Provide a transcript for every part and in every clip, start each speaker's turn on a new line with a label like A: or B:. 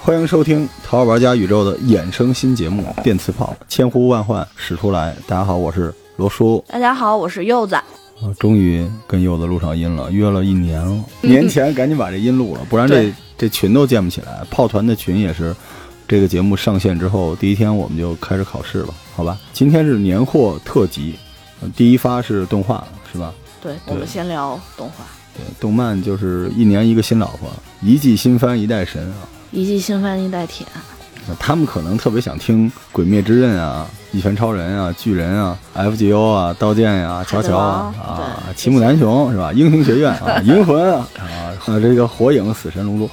A: 欢迎收听《淘宝玩家宇宙》的衍生新节目《电磁炮》，千呼万唤始出来。大家好，我是罗叔。
B: 大家好，我是柚子。
A: 我啊终于跟柚子录上音了，约了一年了。年前赶紧把这音录了，不然这
B: 对
A: 这群都建不起来。炮团的群也是，这个节目上线之后第一天我们就开始考试了，好吧？今天是年货特辑，呃第一发是动画，是吧？
B: 对，我们先聊动画，
A: 对，动漫就是一年一个新老婆，一季新番一代神啊。
B: 一季新番一代铁，
A: 那他们可能特别想听《鬼灭之刃》啊、《一拳超人》啊、《巨人》啊、FGO 啊、刀剑呀、啊、乔乔啊、
B: 海贼王
A: 啊、
B: 对
A: 齐木楠雄是吧？英雄学院啊、银魂啊、啊啊这个火影、死神、龙珠，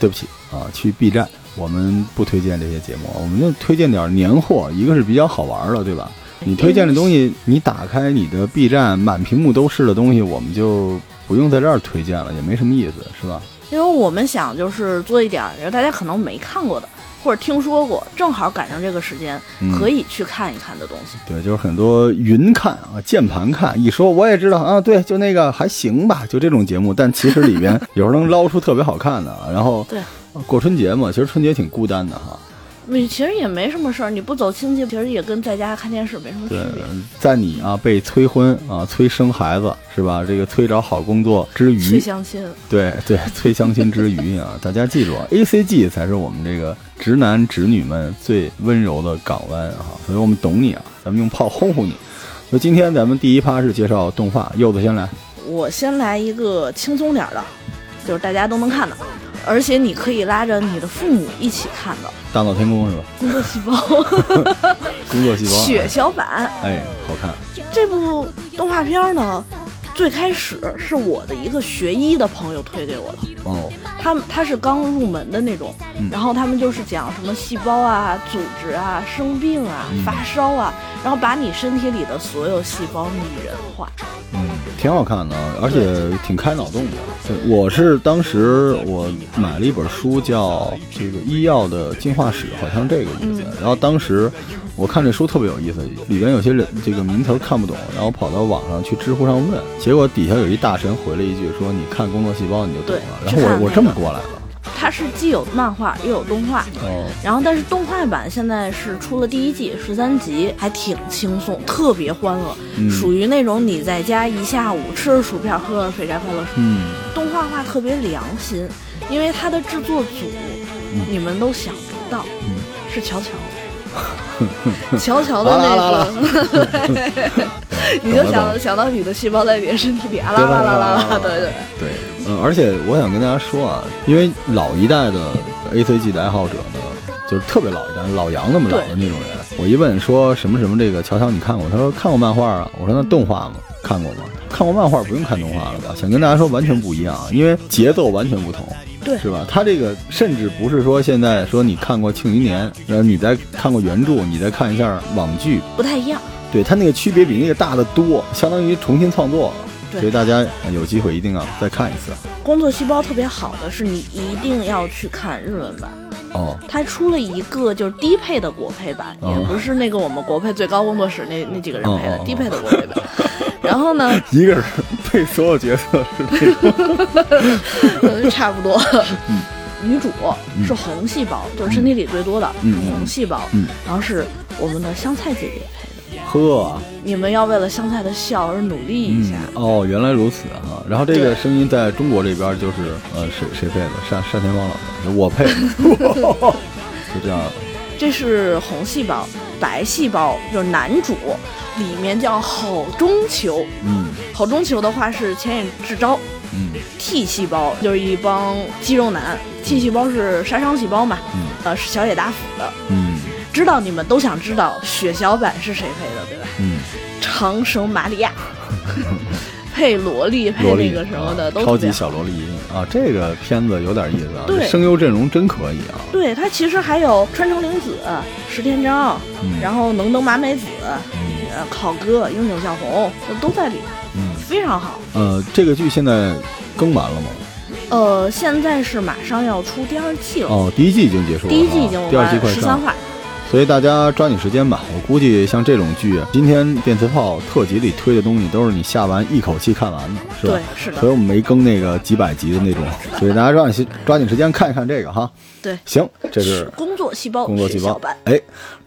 A: 对不起啊，去 B 站我们不推荐这些节目，我们就推荐点儿年货，一个是比较好玩的，对吧？你推荐的东西，
B: 哎
A: 你打开你的 B 站满屏幕都是的东西，我们就不用在这儿推荐了，也没什么意思，是吧？
B: 因为我们想就是做一点儿大家可能没看过的，或者听说过，正好赶上这个时间，
A: 嗯
B: 可以去看一看的东西。
A: 对，就是很多云看啊，键盘看，一说我也知道啊，对，就那个还行吧，就这种节目。但其实里边有时候能捞出特别好看的啊。然后
B: 对，
A: 过春节嘛，其实春节挺孤单的哈。
B: 你其实也没什么事儿，你不走亲戚，其实也跟在家看电视没什么区
A: 对
B: 别。，
A: 在你啊被催婚啊、催生孩子是吧？这个催找好工作之
B: 去
A: 余，
B: 相亲，
A: 对对，催相亲之余啊，大家记住啊，A C G 才是我们这个直男直女们最温柔的港湾啊，所以我们懂你啊，咱们用炮轰轰你。那今天咱们第一趴是介绍动画，柚子先来。
B: 我先来一个轻松点儿的，就是大家都能看的，而且你可以拉着你的父母一起看 的《
A: 大闹天宫是吧？
B: 工作细 胞》
A: 工作细胞，
B: 血小板。
A: 哎，好看，
B: 这部动画片儿呢，最开始是我的一个学医的朋友推给我的，
A: 哦，
B: 他们他是刚入门的那种，然后他们就是讲什么细胞啊、组织啊、生病啊、发烧啊，然后把你身体里的所有细胞拟人化。
A: 嗯，挺好看的，而且挺开脑洞的。对，我是当时我买了一本书，叫《这个医药的进化史》，好像这个意
B: 嗯
A: 思。然后当时我看这书特别有意思，里边有些人这个名词儿看不懂，然后跑到网上去知乎上问，结果底下有一大神回了一句说：“你看《工作细胞》你就懂了。”
B: 对
A: 然
B: 去
A: 后
B: 看
A: 我我
B: 那
A: 这么
B: 个
A: 过来了。
B: 它是既有漫画又有动画，
A: 哦，
B: 然后但是动画版现在是出了第一季十三集，还挺轻松，特别欢乐，属于那种你在家一下午吃着薯片喝着肥宅快乐水。
A: 嗯，
B: 动画化特别良心，因为它的制作组，你们都想不到，是乔乔，乔乔的
A: 啊啦啦
B: 那个，你就
A: 懂了懂了
B: 想想到你的细胞在你的身体里啊啦
A: 对
B: 啦啦啦
A: 啦啦啦
B: 啦，对对，
A: 对，嗯，而且我想跟大家说啊，因为老一代的 A C G 的爱好者呢，就是特别老一代，老杨那么老的那种人。我一问说什么什么这个乔乔你看过？他说看过漫画啊。我说那动画吗？看过吗？看过漫画不用看动画了吧？想跟大家说完全不一样，啊因为节奏完全不同。
B: 对
A: 是吧？他这个甚至不是说现在说你看过《庆余年》，然后你再看过原著，你再看一下网剧，
B: 不太一样。
A: 对它那个区别比那个大的多，相当于重新创作了。
B: 对
A: 所以大家有机会一定要再看一次。啊
B: 工作细胞特别好的是，你一定要去看日文版。
A: 哦，
B: 它出了一个就是低配的国配版，
A: 哦
B: 也不是那个我们国配最高工作室那那几个人配的
A: 哦哦哦
B: 低配的国配版。然后呢，
A: 一个人配所有角色是配种
B: 呃差不多。
A: 嗯
B: 女主是红细胞，就是身体里最多的
A: 嗯
B: 是红细胞
A: 嗯嗯，
B: 然后是我们的香菜姐姐配的。
A: 啊呵，
B: 你们要为了香菜的笑而努力一下。
A: 哦，原来如此啊。然后这个声音在中国这边就是呃，谁谁配的？单单田芳老师，我配的， 就这样。
B: 这是红细胞，白细胞就是男主，里面叫郝中求。
A: 嗯
B: 郝中求的话是千叶智昭。
A: 嗯
B: T 细胞就是一帮肌肉男，T 细胞是杀伤细胞嘛，
A: 嗯
B: 呃，是小野大辅的。
A: 嗯
B: 知道你们都想知道血小板是谁配的，对吧？
A: 嗯，
B: 长绳玛利 亚配萝莉配
A: 萝莉
B: 那个什么的、
A: 啊
B: 都
A: 超
B: 特别
A: 级
B: 好
A: 小萝莉啊，这个片子有点意思啊，
B: 对
A: 这声优阵容真可以啊。
B: 对它其实还有川城绫子、石田章，
A: 嗯
B: 然后能登麻美子、
A: 嗯
B: 呃考哥、樱井孝宏，这都在里面，
A: 嗯，
B: 非常好。
A: 呃，这个剧现在更完了吗？
B: 呃，现在是马上要出第二季了，
A: 哦，第一季已经结束了啊，
B: 第一季已经
A: 第二
B: 完
A: 季快
B: 十三
A: 上。
B: 话，
A: 所以大家抓紧时间吧。我估计像这种剧，啊今天电磁炮特辑里推的东西，都是你下完一口气看完的，是吧？
B: 对是的
A: 所以我们没更那个几百集的那种，所以大家抓紧时抓紧时间看一看这个哈。
B: 对，
A: 行，这是
B: 工作细胞，
A: 工作细
B: 血小
A: 胞
B: 板。
A: 哎，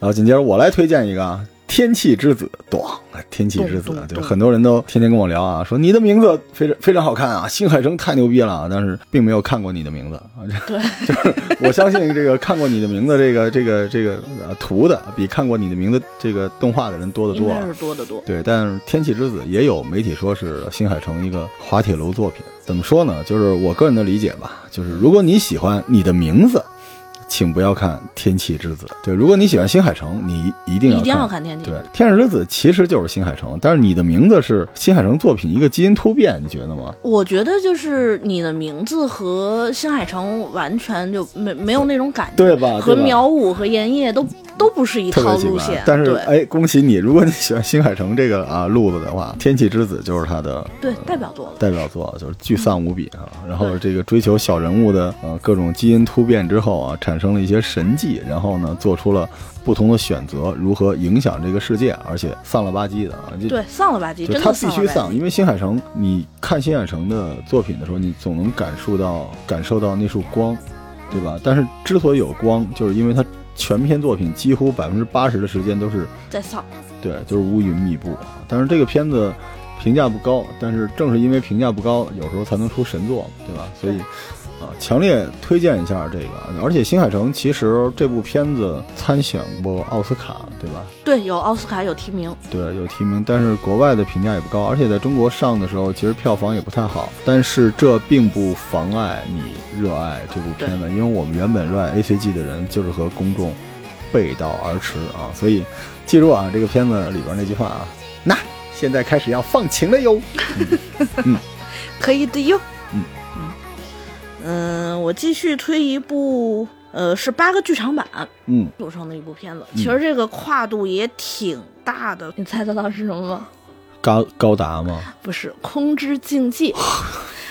A: 然后紧接着我来推荐一个啊，《天气之子》咚，哎天气之子
B: 咚咚》
A: 就
B: 咚
A: 很多人都天天跟我聊啊，说你的名字非常非常好看啊， 新海诚太牛逼了啊，但是并没有看过你的名字啊。对， 就是我相信这个看过你的名字这个这个这个呃图的，比看过你的名字这个动画的人多得
B: 应
A: 多啊
B: 该
A: 了
B: 是。多得多。
A: 对，但是《天气之子》也有媒体说是新海诚一个滑铁卢作品。怎么说呢？就是我个人的理解吧，就是如果你喜欢你的名字，请不要看《天气之子》。对，如果你喜欢新海诚，你一定要
B: 一定要看天气
A: 对，《天使之子》其实就是新海诚，但是你的名字是新海诚作品一个基因突变，你觉得吗？
B: 我觉得就是你的名字和新海诚完全就没没有那种感觉，
A: 对吧？
B: 和
A: 啊对吧
B: 苗舞和岩夜都都不是一
A: 特
B: 套
A: 别奇
B: 路
A: 怪
B: 线。，
A: 但是
B: 对
A: 哎，恭喜你！如果你喜欢新海诚这个啊路子的话，《天气之子》就是他的
B: 对代表作了。
A: 代表作，就是聚散无比啊。然后这个追求小人物的呃各种基因突变之后啊，产生了一些神迹，然后呢做出了不同的选择，如何影响这个世界，而且丧了吧唧的啊。就
B: 对，丧了吧唧，
A: 就
B: 真
A: 他
B: 的
A: 必
B: 丧
A: 须
B: 了吧
A: 丧，
B: 唧。
A: 因为新海诚，你看新海诚的作品的时候，你总能感受到感受到那束光，对吧？但是之所以有光，就是因为他全篇作品几乎百分之八十的时间都是
B: 在丧，
A: 对，就是乌云密布。啊但是这个片子评价不高，但是正是因为评价不高，有时候才能出神作嘛，对吧？所以啊，强烈推荐一下这个。而且新海诚其实这部片子参选过奥斯卡，对吧？
B: 对，有奥斯卡有提名，
A: 对，有提名，但是国外的评价也不高，而且在中国上的时候，其实票房也不太好。但是这并不妨碍你热爱这部片子，因为我们原本热爱 A C G 的人就是和公众背道而驰啊。所以记住啊，这个片子里边那句话啊，那现在开始要放晴了哟。
B: 可以的哟。
A: 嗯
B: 嗯嗯，我继续推一部，呃，是八个剧场版
A: 嗯，
B: 组成的一部片子。其实这个跨度也挺大的，你猜得到是什么吗？
A: 高高达嘛，
B: 不是《空之境界》。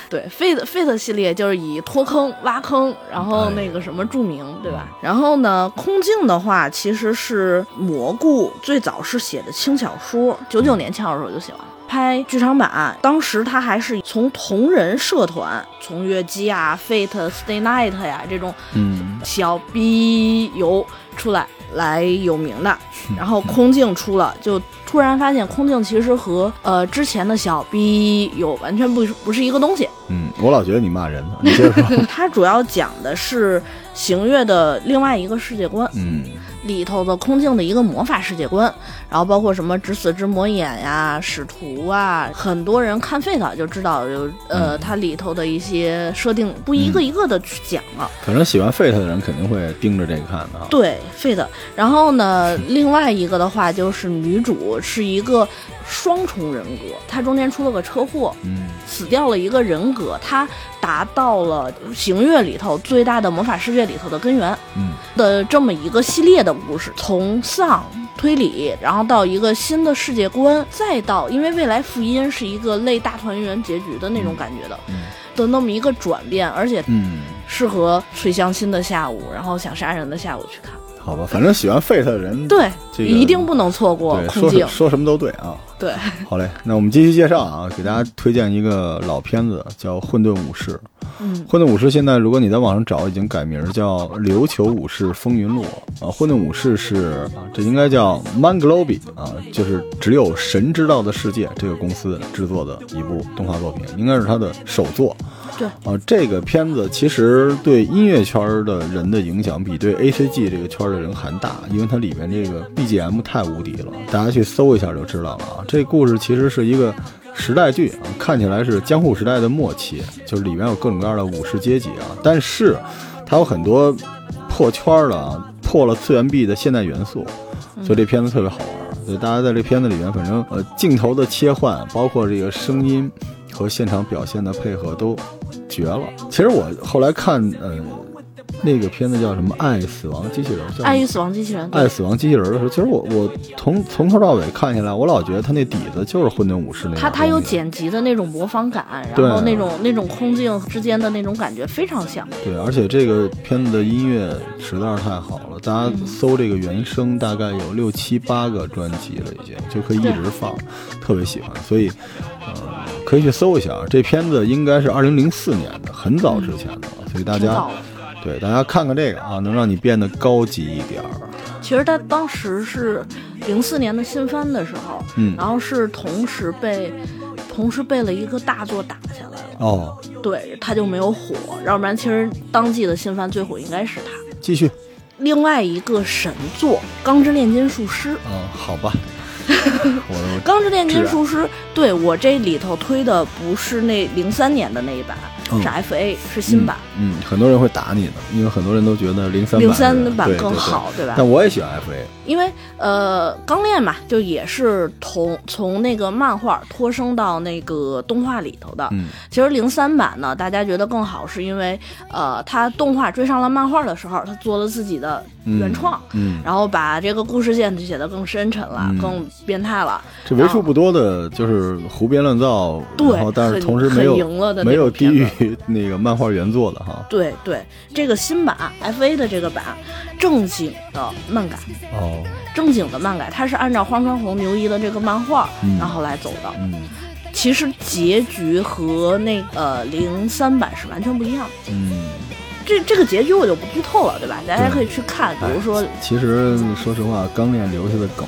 B: 对，Fate Fate 系列就是以脱坑、挖坑，然后那个什么著名，对吧？然后呢，空镜的话其实是蘑菇最早是写的轻小说，九九年轻小说就写完了。拍剧场版，当时他还是从同人社团，从月姬啊、Fate、Stay Night 呀、这种
A: 嗯，
B: 小 B 油出来来有名的，然后空镜出了，就突然发现空镜其实和呃之前的小 B 有完全不是不是一个东西。
A: 嗯，我老觉得你骂人呢，你接着说。
B: 它主要讲的是行月的另外一个世界观，
A: 嗯
B: 里头的空镜的一个魔法世界观，然后包括什么止死之魔眼呀、使徒啊，很多人看废了就知道有呃它里头的一些设定，不一个一个的去讲了。
A: 反正喜欢 Fate 的人肯定会盯着这个看的啊。
B: 对，废的。然后呢，另外一个的话就是女主是一个双重人格，她中间出了个车祸，
A: 嗯
B: 死掉了一个人格，她达到了行月里头最大的魔法世界里头的根源
A: 嗯
B: 的这么一个系列的故事，从丧。推理，然后到一个新的世界观，再到因为未来福音是一个类大团圆结局的那种感觉的，
A: 嗯
B: 的那么一个转变，而且
A: 嗯。
B: 适合睡相亲的下午，然后想杀人的下午去看。
A: 好吧，反正喜欢 Fate 的人
B: 对，
A: 这个
B: 一定不能错过
A: 对，
B: 空
A: 说
B: 镜
A: 什。说什么都对啊。
B: 对，
A: 好嘞，那我们继续介绍啊，给大家推荐一个老片子，叫《混沌武士》。
B: 嗯，
A: 混沌武士现在如果你在网上找，已经改名儿叫《琉球武士风云录》啊。混沌武士是啊，这应该叫 Manglobe 啊，就是只有神知道的世界这个公司制作的一部动画作品，应该是他的首作。
B: 对
A: 啊，这个片子其实对音乐圈儿的人的影响比对 A C G 这个圈儿的人还大，因为它里面这个 B G M 太无敌了，大家去搜一下就知道了啊。这故事其实是一个时代剧啊，看起来是江户时代的末期，就是里面有各种各样的武士阶级啊，但是它有很多破圈儿的啊，破了次元壁的现代元素，
B: 嗯
A: 所以这片子特别好玩儿。所以大家在这片子里面，反正呃镜头的切换，包括这个声音和现场表现的配合都绝了。其实我后来看呃那个片子叫什么《爱死亡机器人》叫什么，
B: 爱与死亡机器人，
A: 爱死亡机器人的时候，其实我我从从头到尾看下来，我老觉得他那底子就是混沌武士那种东西。
B: 它它有剪辑的那种模仿感，
A: 对
B: 然后那种那种空镜之间的那种感觉非常像。
A: 对，而且这个片子的音乐实在是太好了，大
B: 嗯
A: 家搜这个原声大概有六七八个专辑了，已经就可以一直放，特别喜欢，所以呃可以去搜一下啊。这片子应该是二零零四年的，很早之前的了，所以大
B: 挺
A: 家
B: 嗯早了
A: 对大家看看这个啊，能让你变得高级一点儿。
B: 其实它当时是零四年的新番的时候，
A: 嗯
B: 然后是同时被同时被了一个大作打下来了，
A: 哦，
B: 对，它就没有火，要不然其实当季的新番最火应该是它。
A: 继续
B: 另外一个神作《钢之炼金术师》，
A: 啊、好 吧，我
B: 《钢之炼金术师》对我这里头推的不是那零三年的那一版，
A: 嗯
B: 是 FA，是新版，
A: 嗯，很多人会打你的，因为很多人都觉得嗯零三
B: 零三
A: 版
B: 版
A: 对
B: 更
A: 对对
B: 好，啊对吧？
A: 但我也喜欢 FA，
B: 因为呃，钢炼嘛，就也是从从那个漫画脱生到那个动画里头的。
A: 嗯
B: 其实零三版呢，大家觉得更好，是因为呃，它动画追上了漫画的时候，它做了自己的原创。
A: 嗯，
B: 然后把这个故事线写得更深沉了，
A: 嗯
B: 更变态了，
A: 这为数不多的就是胡编乱造，
B: 对
A: 然后但是
B: 很
A: 同时没
B: 很赢了
A: 有
B: 的那种
A: 没有低
B: 片
A: 于那个漫画原作的哈。
B: 对对，这个新版 F A 的这个版正经的漫改，
A: 哦，
B: 正经的漫改，它是按照荒川弘牛一的这个漫画，
A: 嗯
B: 然后来走的。
A: 嗯
B: 其实结局和那呃零三版是完全不一样的。
A: 嗯，
B: 这这个结局我就不剧透了，对吧？大家
A: 对哎
B: 可以去看，比如说
A: 其实说实话，钢炼留下的梗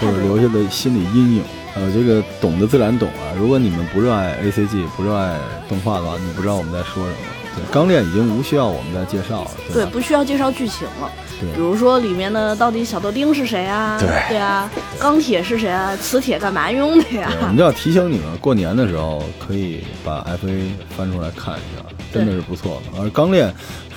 B: 太
A: 或
B: 多
A: 者留下的心理阴影。呃，这个懂的自然懂啊。如果你们不热爱 A C G，不热爱动画的话，你不知道我们在说什么。对，钢炼已经无需要我们再介绍了，
B: 对
A: 吧？
B: 不需要介绍剧情了，
A: 对
B: 比如说里面的到底小豆丁是谁啊？
A: 对
B: 啊，钢铁是谁啊？磁铁干嘛用的呀
A: 对，？我们就要提醒你们，过年的时候可以把 FA 翻出来看一下，真的是不错的。而钢炼，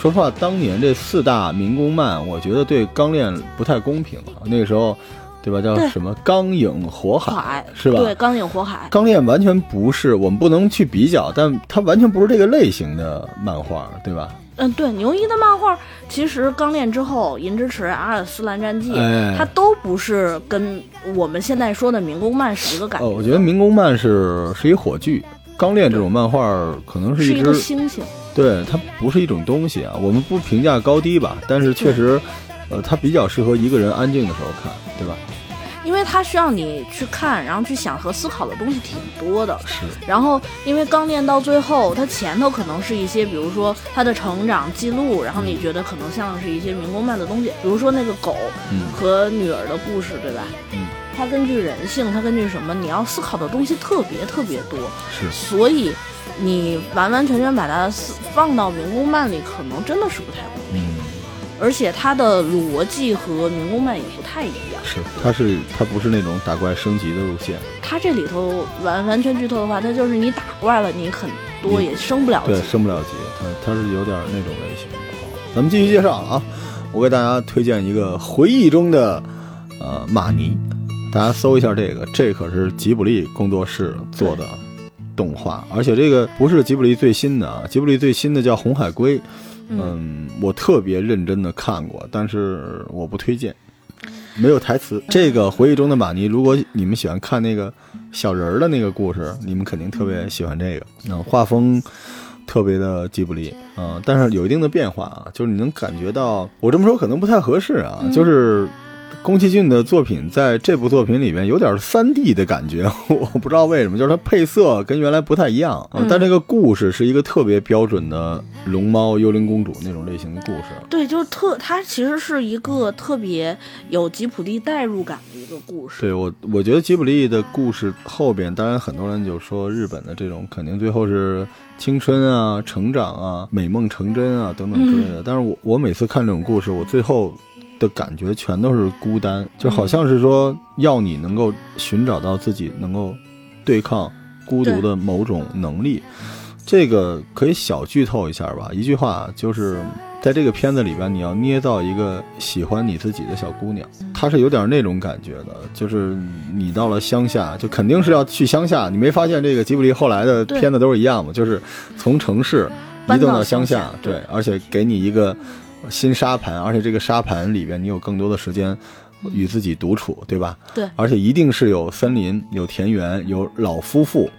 A: 说实话，当年这四大民工漫，我觉得对钢炼不太公平啊。那个时候，对吧？叫
B: 对
A: 什么钢影火海
B: 海
A: 是吧？
B: 对，钢影火海。
A: 钢炼完全不是，我们不能去比较，但它完全不是这个类型的漫画，对吧？
B: 嗯，对，牛一的漫画其实钢炼之后，银之匙、阿尔斯兰战记，
A: 哎
B: 它都不是跟我们现在说的民工漫是一个感觉。
A: 哦，我觉得民工漫是是一火炬，钢炼这种漫画可能
B: 是
A: 一
B: 一
A: 支
B: 个星星，
A: 对，它不是一种东西啊。我们不评价高低吧，但是确实，呃，它比较适合一个人安静的时候看，对吧？
B: 因为它需要你去看，然后去想和思考的东西挺多的。
A: 是，
B: 然后，因为刚练到最后，它前头可能是一些，比如说它的成长记录，然后你觉得可能像是一些民工漫的东西，比如说那个狗
A: 嗯
B: 和女儿的故事，对吧？
A: 嗯，
B: 它根据人性，它根据什么，你要思考的东西特别特别多，
A: 是，
B: 所以你完完全全把它思放到民工漫里，可能真的是不太公平，
A: 嗯，
B: 而且它的逻辑和民工漫也不太一样。
A: 是，它是它不是那种打怪升级的路线，
B: 它这里头完完全剧透的话，它就是你打怪了，你很多
A: 嗯
B: 也升不了级
A: 对，。升不了级，它它是有点那种类型的。好咱们继续介绍啊，我给大家推荐一个回忆中的呃马尼，大家搜一下这个，这可是吉卜力工作室做的动画，而且这个不是吉卜力最新的啊，吉卜力最新的叫《红海龟》。
B: 嗯，
A: 嗯，我特别认真的看过，但是我不推荐，没有台词。这个回忆中的玛尼，如果你们喜欢看那个小人儿的那个故事，你们肯定特别喜欢这个。嗯、画风特别的吉卜力，嗯、但是有一定的变化啊，就是你能感觉到，我这么说可能不太合适啊，
B: 嗯
A: 就是。宫崎骏的作品在这部作品里面有点三 D 的感觉， 我不知道为什么，就是它配色跟原来不太一样，啊
B: 嗯
A: 但这个故事是一个特别标准的龙猫、幽灵公主那种类型的故事。
B: 对，就是特，它其实是一个特别有吉普力代入感的一个故事。
A: 对我，我觉得吉卜力的故事后边，当然很多人就说日本的这种肯定最后是青春啊、成长啊、美梦成真啊等等之类的。但是我我每次看这种故事，我最后的感觉全都是孤单，就好像是说要你能够寻找到自己能够对抗孤独的某种能力。这个可以小剧透一下吧，一句话就是。在这个片子里边，你要捏造一个喜欢你自己的小姑娘，她是有点那种感觉的，就是你到了乡下，就肯定是要去乡下。你没发现这个吉卜力后来的
B: 对
A: 片子都是一样吗？就是从城市移
B: 搬
A: 动
B: 到
A: 乡
B: 乡
A: 下
B: 下，
A: 对
B: 对，
A: 而且给你一个新沙盘，而且这个沙盘里边你有更多的时间与自己独处，对吧？
B: 对，
A: 而且一定是有森林、有田园、有老夫妇，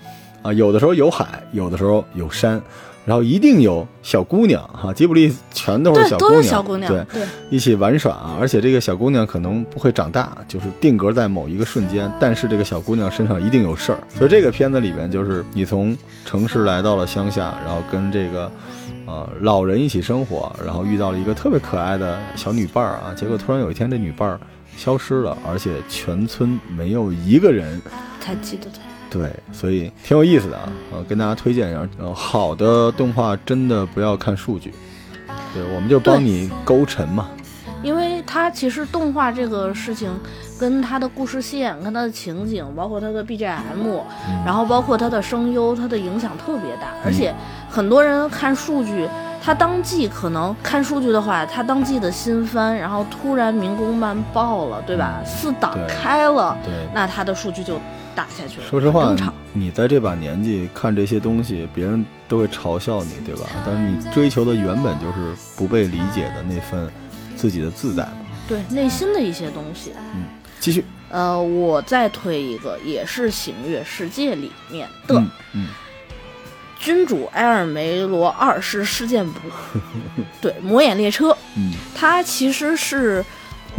A: 啊，有的时候有海，有的时候有山，然后一定有小姑娘哈、吉卜力全都是
B: 对，
A: 小
B: 都
A: 姑
B: 是
A: 娘，
B: 小姑娘
A: 对，，
B: 对，
A: 一起玩耍、而且这个小姑娘可能不会长大，就是定格在某一个瞬间，但是这个小姑娘身上一定有事儿。所以这个片子里边就是你从城市来到了乡下，然后跟这个呃老人一起生活，然后遇到了一个特别可爱的小女伴儿啊，结果突然有一天这女伴儿消失了，而且全村没有一个人
B: 才记得他。
A: 对，所以挺有意思的啊，呃，跟大家推荐一下。然后好的动画真的不要看数据，对，我们就帮
B: 对
A: 你勾沉嘛。
B: 因为它其实动画这个事情，跟它的故事线、跟它的情景，包括它的 BGM，然后包括它的声优，它的影响特别大。而
A: 嗯
B: 且很多人看数据，他当季可能看数据的话，他当季的新番，然后突然民工漫爆了，对
A: 嗯
B: 吧？四档
A: 对
B: 开了，
A: 对，
B: 那他的数据就打下去了。
A: 说实话
B: 正常，
A: 你在这把年纪看这些东西，别人都会嘲笑你，对吧？但是你追求的原本就是不被理解的那份自己的自在嘛。
B: 对内心的一些东西。
A: 继续，
B: 呃，我再推一个，也是《行月世界》里面的。
A: 嗯嗯，
B: 君主埃尔梅罗二世事件 簿，对，魔眼列车，
A: 嗯
B: 它其实是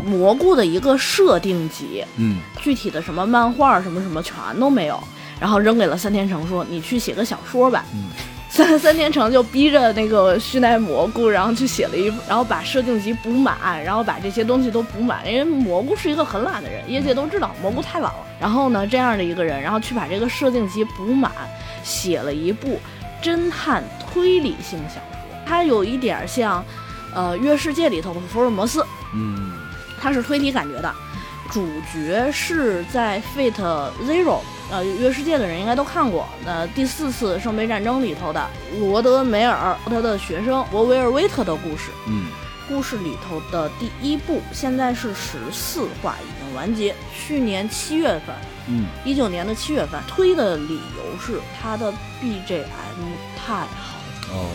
B: 蘑菇的一个设定集，
A: 嗯
B: 具体的什么漫画什么什么全都没有，然后扔给了三天成说：“你去写个小说吧。
A: 嗯
B: 三三天成就逼着那个须奈蘑菇，然后去写了一，然后把设定集补满，然后把这些东西都补满。因为蘑菇是一个很懒的人，业界都知道蘑菇太懒了。然后呢，这样的一个人，然后去把这个设定集补满，写了一部侦探推理性小说。它有一点像，呃，《月世界》里头的福尔摩斯，
A: 嗯
B: 它是推理感觉的，主角是在 Fate Zero，呃，约世界的人应该都看过，呃，第四次圣杯战争里头的罗德梅尔他的学生罗维尔威特的故事，
A: 嗯，
B: 故事里头的第一部，现在是十四话已经完结，去年七月份。
A: 嗯，
B: 一九年的七月份推的理由是它的 BGM 太好了，
A: 哦，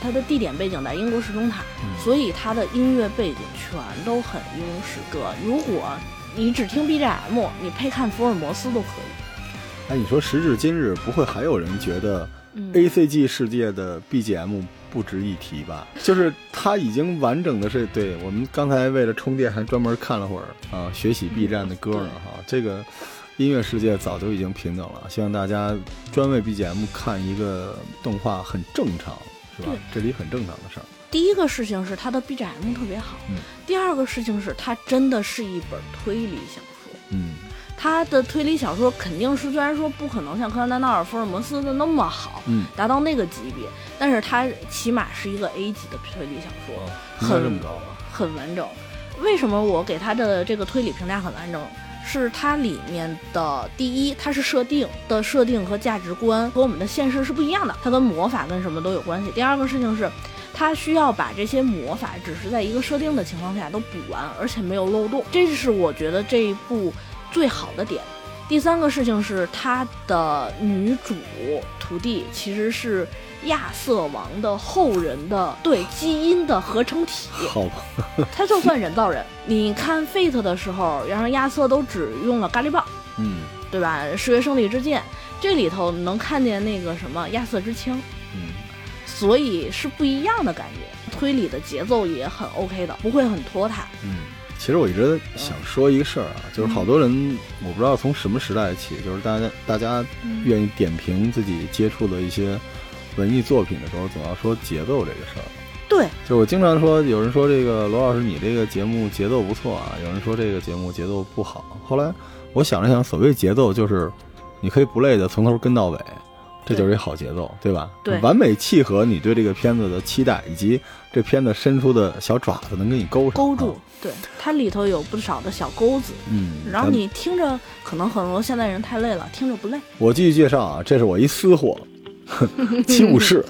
B: 它的地点背景在英国什钟塔，
A: 嗯
B: 所以它的音乐背景全都很英式歌。如果你只听 BGM，你配看福尔摩斯都可以。
A: 哎，你说时至今日，不会还有人觉得
B: 嗯
A: A C G 世界的 B G M 不值一提吧？就是它已经完整的是，对我们刚才为了充电还专门看了会儿啊，学习 B 站的歌呢哈。这个音乐世界早就已经平等了，希望大家专为 B G M 看一个动画很正常，是吧
B: 对？
A: 这里很正常的事儿。
B: 第一个事情是它的 BGM 特别好，
A: 嗯
B: 第二个事情是它真的是一本推理小说。
A: 嗯
B: 它的推理小说肯定是虽然说不可能像柯南道尔、福尔摩斯的那么好，
A: 嗯，
B: 达到那个级别，但是它起码是一个 A 级的推理小说。
A: 哦，评价
B: 很
A: 这么高啊？
B: 很完整。为什么我给它的这个推理评价很完整？是它里面的第一，它是设定的设定和价值观和我们的现实是不一样的，它跟魔法跟什么都有关系。第二个事情是，它需要把这些魔法只是在一个设定的情况下都补完，而且没有漏洞，这是我觉得这一部最好的点。第三个事情是，它的女主徒弟其实是亚瑟王的后人的对基因的合成体。
A: 好 吧，
B: 他就算人造人。你看 Fate 的时候，然后亚瑟都只用了咖喱棒，
A: 嗯
B: 对吧？十月胜利之剑，这里头能看见那个什么亚瑟之枪，
A: 嗯
B: 所以是不一样的感觉。推理的节奏也很 OK 的，不会很拖沓。
A: 嗯。其实我一直想说一个事儿啊，就是好多人，我不知道从什么时代起，就是大家大家
B: 嗯
A: 愿意点评自己接触的一些文艺作品的时候，总要说节奏这个事儿。
B: 对，
A: 就我经常说，有人说这个罗老师你这个节目节奏不错啊，有人说这个节目节奏不好。后来我想了想，所谓节奏就是你可以不累的从头跟到尾，这就是一好节奏，对吧？
B: 对
A: 完美契合你对这个片子的期待，以及这片子伸出的小爪子能给你勾上。
B: 勾住
A: 啊，
B: 哦对，它里头有不少的小钩子，
A: 嗯，
B: 然后
A: 咱们
B: 你听着，可能很多现在人太累了，听着不累。
A: 我继续介绍啊，这是我一私货， 七武士。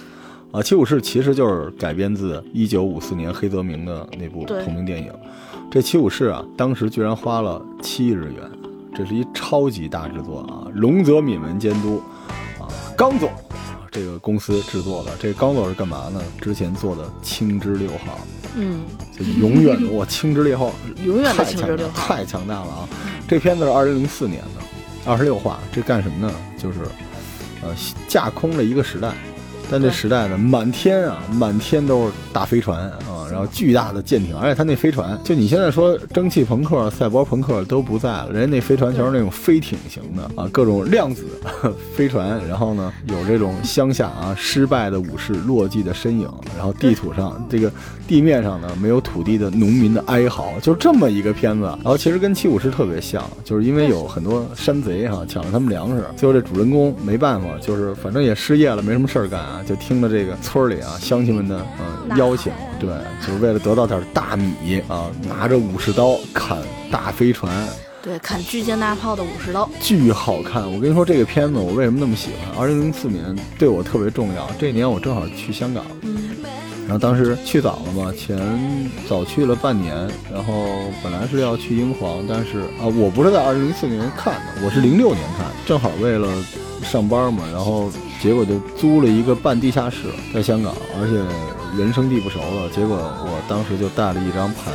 A: 啊，《七武士》其实就是改编自1954年黑泽明的那部
B: 对
A: 同名电影。这《七武士》啊，当时居然花了七日元，这是一超级大制作啊！龙泽敏文监督，啊，刚总啊这个公司制作的。这刚总是干嘛呢？之前做的《青之六号》
B: 嗯，
A: 就永远的我青之烈后，
B: 永远的
A: 太
B: 青
A: 强
B: 之
A: 大
B: 烈后，
A: 太强大了啊！这片子是二零零四年的，二十六话，这干什么呢？就是呃架空了一个时代，但这
B: 对
A: 时代呢，满天啊，满天都是大飞船啊，然后巨大的舰艇，而且它那飞船，就你现在说蒸汽朋克、赛博朋克都不在了，人家那飞船全是那种飞艇型的啊，各种量子飞船，然后呢有这种乡下啊失败的武士落寂的身影，然后地图上这个地面上呢没有土地的农民的哀嚎，就这么一个片子。然后其实跟七武士特别像，就是因为有很多山贼哈、抢了他们粮食，最后这主人公没办法，就是反正也失业了，没什么事儿干啊，就听着这个村儿里啊乡亲们的
B: 呐
A: 嗯
B: 喊
A: 邀请，对，就是为了得到点大米啊，拿着武士刀砍大飞船，
B: 对，砍巨舰大炮的五十刀，
A: 巨好看！我跟你说，这个片子我为什么那么喜欢？二零零四年对我特别重要。这年我正好去香港，
B: 嗯
A: 然后当时去早了嘛，前早去了半年，然后本来是要去英皇，但是啊，我不是在二零零四年看的，我是零六年看，正好为了上班嘛，然后结果就租了一个半地下室在香港，而且人生地不熟了，结果我当时就带了一张盘，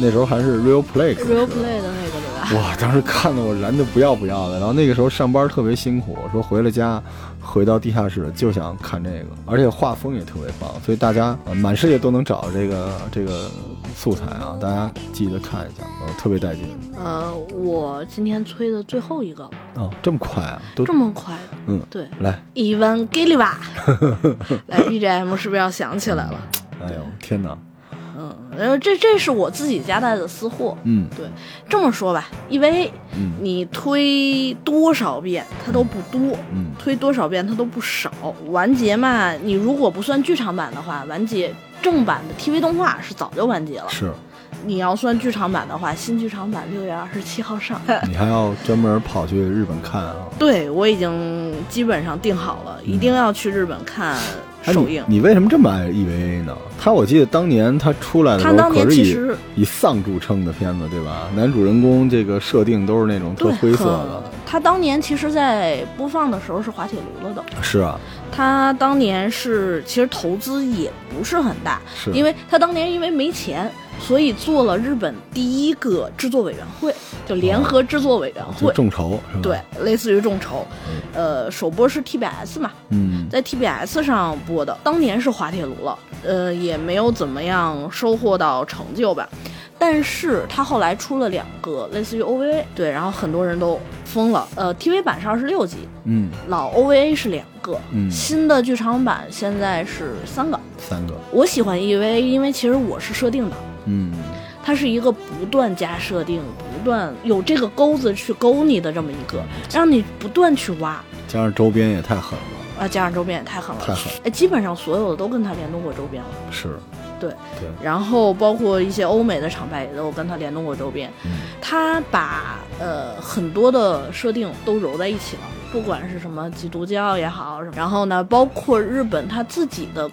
A: 那时候还是 Real Play 格式
B: ，real play 的那个对 吧？
A: 哇，当时看得我燃的不要不要的。然后那个时候上班特别辛苦，我说回了家，回到地下室就想看这个，而且画风也特别棒，所以大家、呃满世界都能找这个这个素材啊，大家记得看一下，呃，特别带劲
B: 呃，我今天催的最后一个，
A: 啊、这么快啊，都
B: 这么快，
A: 嗯，
B: 对，哎
A: 来，
B: 伊万给利瓦，来 BGM 是不是要想起来了？
A: 哎呦天哪，
B: 嗯，然后这这是我自己夹带的私货。
A: 嗯
B: 对，这么说吧，因为
A: 嗯
B: 你推多少遍它都不多，
A: 嗯
B: 推多少遍它都不少。完结嘛，你如果不算剧场版的话，完结正版的 TV 动画是早就完结了。
A: 嗯是
B: 你要算剧场版的话，新剧场版六月二十七号上。
A: 你还要专门跑去日本看啊？
B: 对，我已经基本上定好了，
A: 嗯
B: 一定要去日本看
A: 哎
B: 首映。
A: 你，你为什么这么爱 EVA 呢？他我记得当年他出来的时
B: 他
A: 候，
B: 当年
A: 可是
B: 其
A: 以
B: 实
A: 以丧著称的片子，对吧？男主人公这个设定都是那种特
B: 对，
A: 灰色
B: 很
A: 的，
B: 他当年其实，在播放的时候是滑铁卢了的。
A: 是啊，
B: 他当年是其实投资也不是很大，
A: 是啊
B: 因为他当年因为没钱，所以做了日本第一个制作委员会，就联合制作委员
A: 就
B: 会，
A: 众筹是吧？
B: 对，，类似于众筹。呃，首播是 TBS 嘛，
A: 嗯，
B: 在 TBS 上播的，当年是滑铁卢了，呃，也没有怎么样收获到成就吧。但是他后来出了两个类似于 OVA，对，然后很多人都疯了。呃，TV 版是二十六集，
A: 嗯，
B: 老 OVA 是两个，
A: 嗯
B: 新的剧场版现在是三个。
A: 三个，
B: 我喜欢 EVA，因为其实我是设定党，
A: 嗯，
B: 它是一个不断加设定、不断有这个钩子去勾你的这么一个，让你不断去挖。
A: 加上周边也太狠了，
B: 啊，加上周边也太狠了，
A: 太狠了
B: 哎，基本上所有的都跟他联动过周边了，
A: 是，
B: 对，
A: 对，
B: 然后包括一些欧美的厂牌也都跟他联动过周边，
A: 嗯
B: 他把呃很多的设定都揉在一起了。不管是什么基督教也好，什么然后呢，包括日本他自己的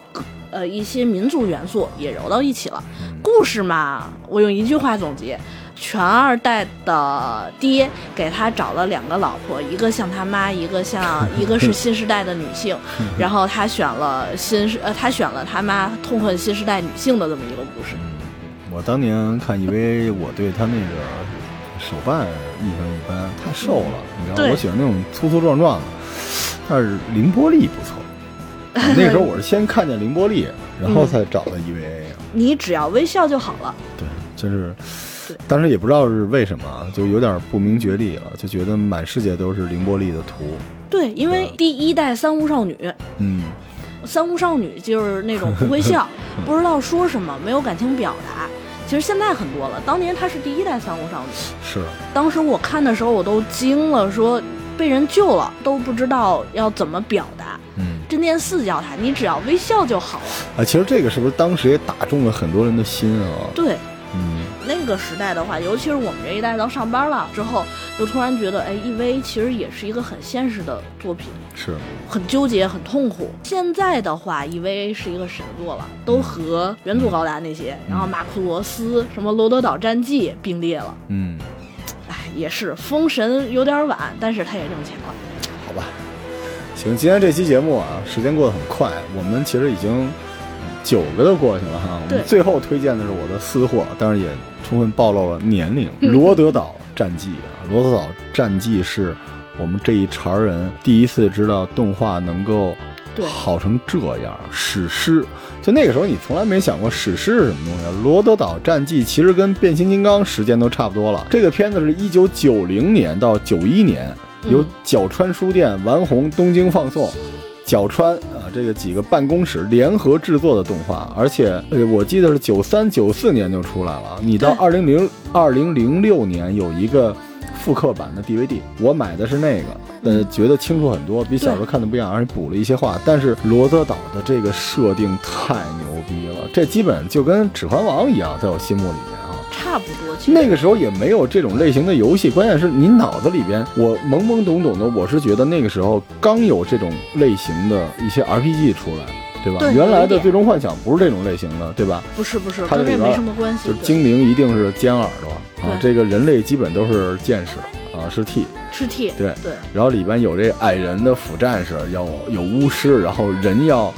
B: 呃一些民族元素也揉到一起了。故事嘛，我用一句话总结：全二代的爹给他找了两个老婆，一个像他妈，一个像一个是新时代的女性。然后他选了新时呃，他选了他妈痛恨新时代女性的这么一个故事。
A: 嗯我当年看 EVA，我对他那个手办印象一般，太瘦了，你知道吗，
B: 对
A: 我喜欢那种粗粗壮壮的，但是凌波丽不错。 啊那时候我是先看见凌波丽，然后才找的 EVA 啊。
B: 你只要微笑就好了。
A: 对，真是
B: 对，
A: 当时也不知道是为什么啊，就有点不明觉厉了，就觉得满世界都是凌波丽的图。
B: 对，因为
A: 对
B: 第一代三无少女，
A: 嗯，
B: 三无少女就是那种不会笑，不知道说什么，没有感情表达。其实现在很多了，当年她是第一代三无少女，
A: 是，
B: 当时我看的时候我都惊了，说被人救了都不知道要怎么表达。
A: 嗯，
B: 真念寺教她，你只要微笑就好了。
A: 啊，其实这个是不是当时也打中了很多人的心啊？
B: 对，
A: 嗯，
B: 那个时代的话，尤其是我们这一代到上班了之后，就突然觉得，哎，EVA 其实也是一个很现实的作品。
A: 是，
B: 很纠结，很痛苦。现在的话，EVA 是一个神作了，都和远祖高达那些，
A: 嗯
B: 然后马库罗斯、什么罗德岛战记并列了。
A: 嗯，
B: 哎，也是封神有点晚，但是他也挣钱了。
A: 好吧，行，今天这期节目啊，时间过得很快，我们其实已经九个都过去了哈。我
B: 对
A: 们最后推荐的是我的私货，当然也充分暴露了年龄。
B: 嗯
A: 罗德岛战记啊， 罗德岛战记是我们这一茬儿人第一次知道动画能够
B: 对
A: 好成这样。史诗，就那个时候你从来没想过史诗是什么东西啊。罗德岛战记其实跟变形金刚时间都差不多了。这个片子是一九九零年到九一年，由
B: 嗯
A: 角川书店、丸红、东京放送。角川啊，这个几个办公室联合制作的动画，而且呃，我记得是九三九四年就出来了。你到二零零二零零六年有一个复刻版的 DVD，我买的是那个，呃，觉得清楚很多，比小时候看的不一样，而且补了一些话。但是罗德岛的这个设定太牛逼了，这基本就跟《指环王》一样，在我心目里面啊。
B: 差不多。其实
A: 那个时候也没有这种类型的游戏，关键是你脑子里边，我懵懵懂懂的，我是觉得那个时候刚有这种类型的一些 RPG 出来，对吧？
B: 对
A: 原来
B: 有
A: 的
B: 一点
A: 《最终幻想》不是这种类型的，对吧？
B: 不是不是，
A: 它
B: 跟
A: 这
B: 这
A: 里边
B: 没什么关系
A: 就是，精灵一定是尖耳朵啊，
B: 对
A: 这个人类基本都是剑士啊，是 T，
B: 吃 T，
A: 对嗯
B: 对
A: 然后里边有这矮人的辅战士，要有巫师，然后人要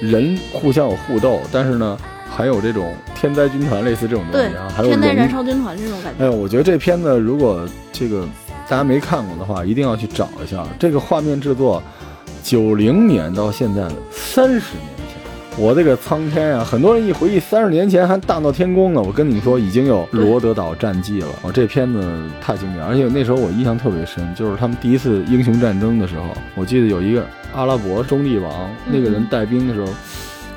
A: 人互相有互斗，但是呢，还有这种天灾军团类似这种东西啊，还
B: 对，
A: 有
B: 天灾
A: 龙
B: 燃烧军团这种感
A: 哎
B: 觉，
A: 呦，我觉得这片子如果这个大家没看过的话，一定要去找一下。这个画面制作，九零年到现在三十年前，我这个苍天啊！很多人一回忆三十年前还大闹天宫呢。我跟你们说，已经有《罗德岛战记》了。哦，这片子太经典，而且那时候我印象特别深，就是他们第一次英雄战争的时候，我记得有一个阿拉伯中立王，那个人带兵的时候，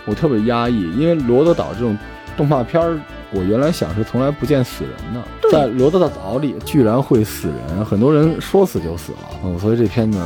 A: 我特别压抑，因为罗德岛这种动画片儿，我原来想是从来不见死人的，
B: 对
A: 在罗德岛里居然会死人，很多人说死就死了，嗯，所以这片子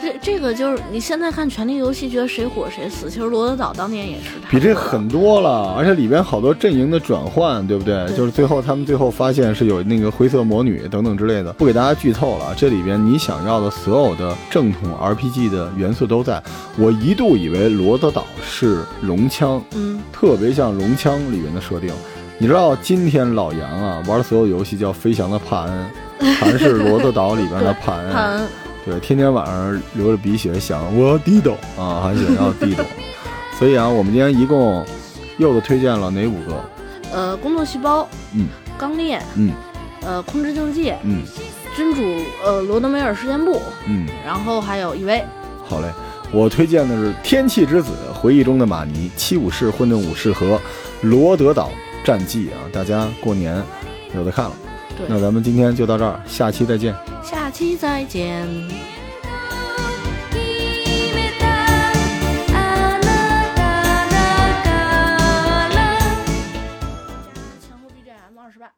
B: 这这个就是你现在看《权力游戏》，觉得谁火谁死，其实罗德岛当年也是他，
A: 比这狠多了，而且里边好多阵营的转换，对不对？
B: 对
A: 就是最后他们最后发现是有那个灰色魔女等等之类的，不给大家剧透了。这里边你想要的所有的正统 RPG 的元素都在。我一度以为罗德岛是龙枪，
B: 嗯，
A: 特别像《龙枪》里面的设定。你知道今天老杨啊玩所有游戏叫《飞翔的帕恩》， 还是《罗德岛》里边的帕恩，啊
B: 潘恩
A: 对，天天晚上流着鼻血想我要地斗啊，还想要地斗。所以啊，我们今天一共柚子推荐了哪五个？
B: 呃，工作细胞，
A: 嗯，
B: 刚烈，
A: 嗯
B: 呃，空之境界，
A: 嗯
B: 君主，呃，罗德梅尔事件簿，
A: 嗯，
B: 然后还有一位，
A: 好嘞。我推荐的是《天气之子》《回忆中的马尼》《七武士混沌武士》和《罗德岛战记》啊，大家过年有的看了。
B: 对
A: 那咱们今天就到这儿，下期再见。
B: 下期再见。
C: 「決めたあなただから」
B: 前后 BGM 二十万。